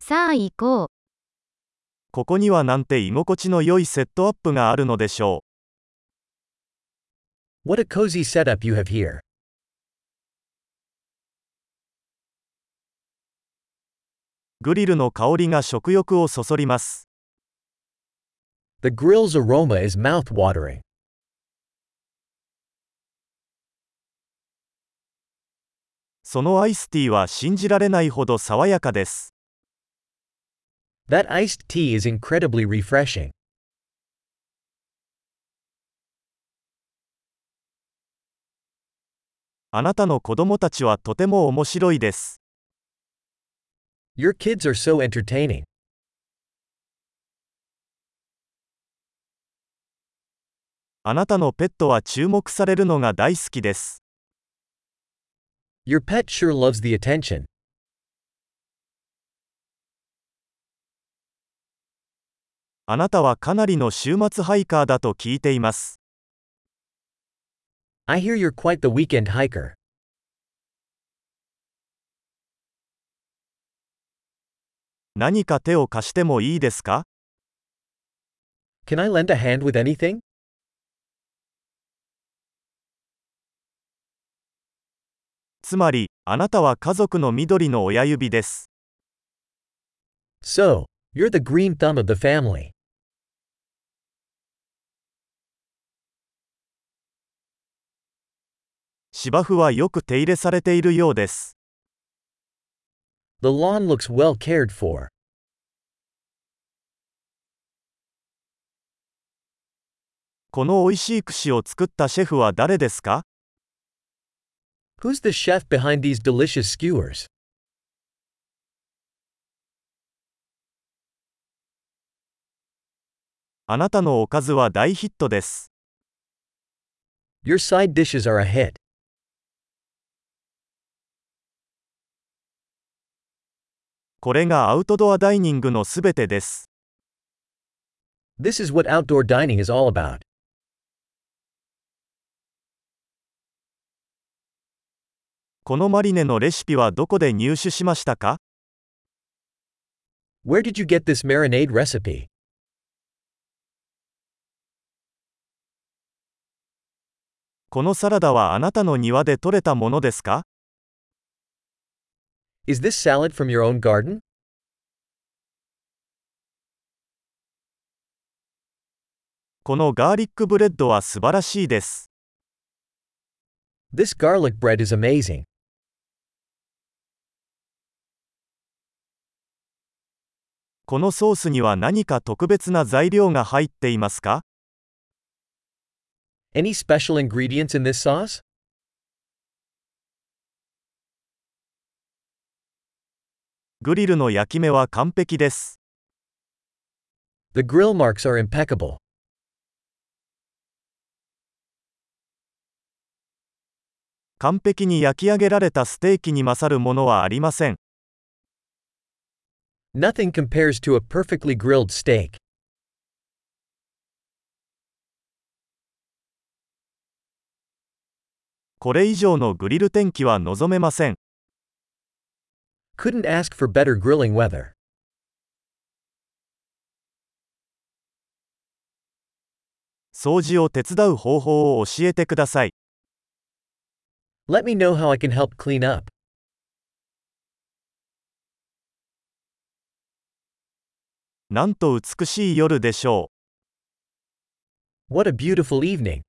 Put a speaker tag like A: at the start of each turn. A: さあ行こう。
B: ここにはなんて居心地の良いセットアップがあるのでしょ
C: What a cozy setup you have here.
B: う。グリルの香りが食欲をそそります。
C: The grill's aroma is mouth-watering.
B: そのアイスティーは信じられないほど爽やかです。
C: That iced tea is incredibly refreshing.
B: あなたの子供たちはとても面白いです。
C: Your kids are so entertaining.
B: あなたのペットは注目されるのが大好きです。
C: Your pet sure loves the attention.
B: あなたはかなりの週末ハイカーだと聞いています。
C: I hear you're quite the weekend hiker.
B: 何か手を貸してもいいですか
C: Can I lend a hand with anything?
B: つまり、あなたは家族の緑の親指です。
C: So, you're the green thumb of the family.
B: 芝生はよく手入れされているようです。
C: The lawn looks well cared for.
B: この美味しい串を作ったシェフは誰ですか
C: Who's the chef behind these delicious skewers?
B: あなたのおかずは大ヒットです。
C: Your side dishes are a hit.
B: これがアウトドアダイニングのすべてです。
C: This is what outdoor dining is all about.
B: このマリネのレシピはどこで入手しましたか
C: Where did you get this marinade recipe?
B: このサラダはあなたの庭で採れたものですか
C: Is this salad from your own garden?
B: このガーリックブレッドは素晴らしいです。
C: This garlic bread is amazing.
B: このソースには何か特別な材料が入っていますか
C: Any special ingredients in this sauce?
B: グリルの焼き目は完璧です。
C: The grill marks are impeccable.
B: 完璧に焼き上げられたステーキに勝るものはありません。
C: Nothing compares to a perfectly grilled steak.
B: これ以上のグリル天気は望めません。
C: Couldn't ask for better grilling weather.
B: 掃除を手伝う方法を教えてください。
C: Let me know how I can help clean up.
B: なんと美しい夜でしょう。
C: What a beautiful evening!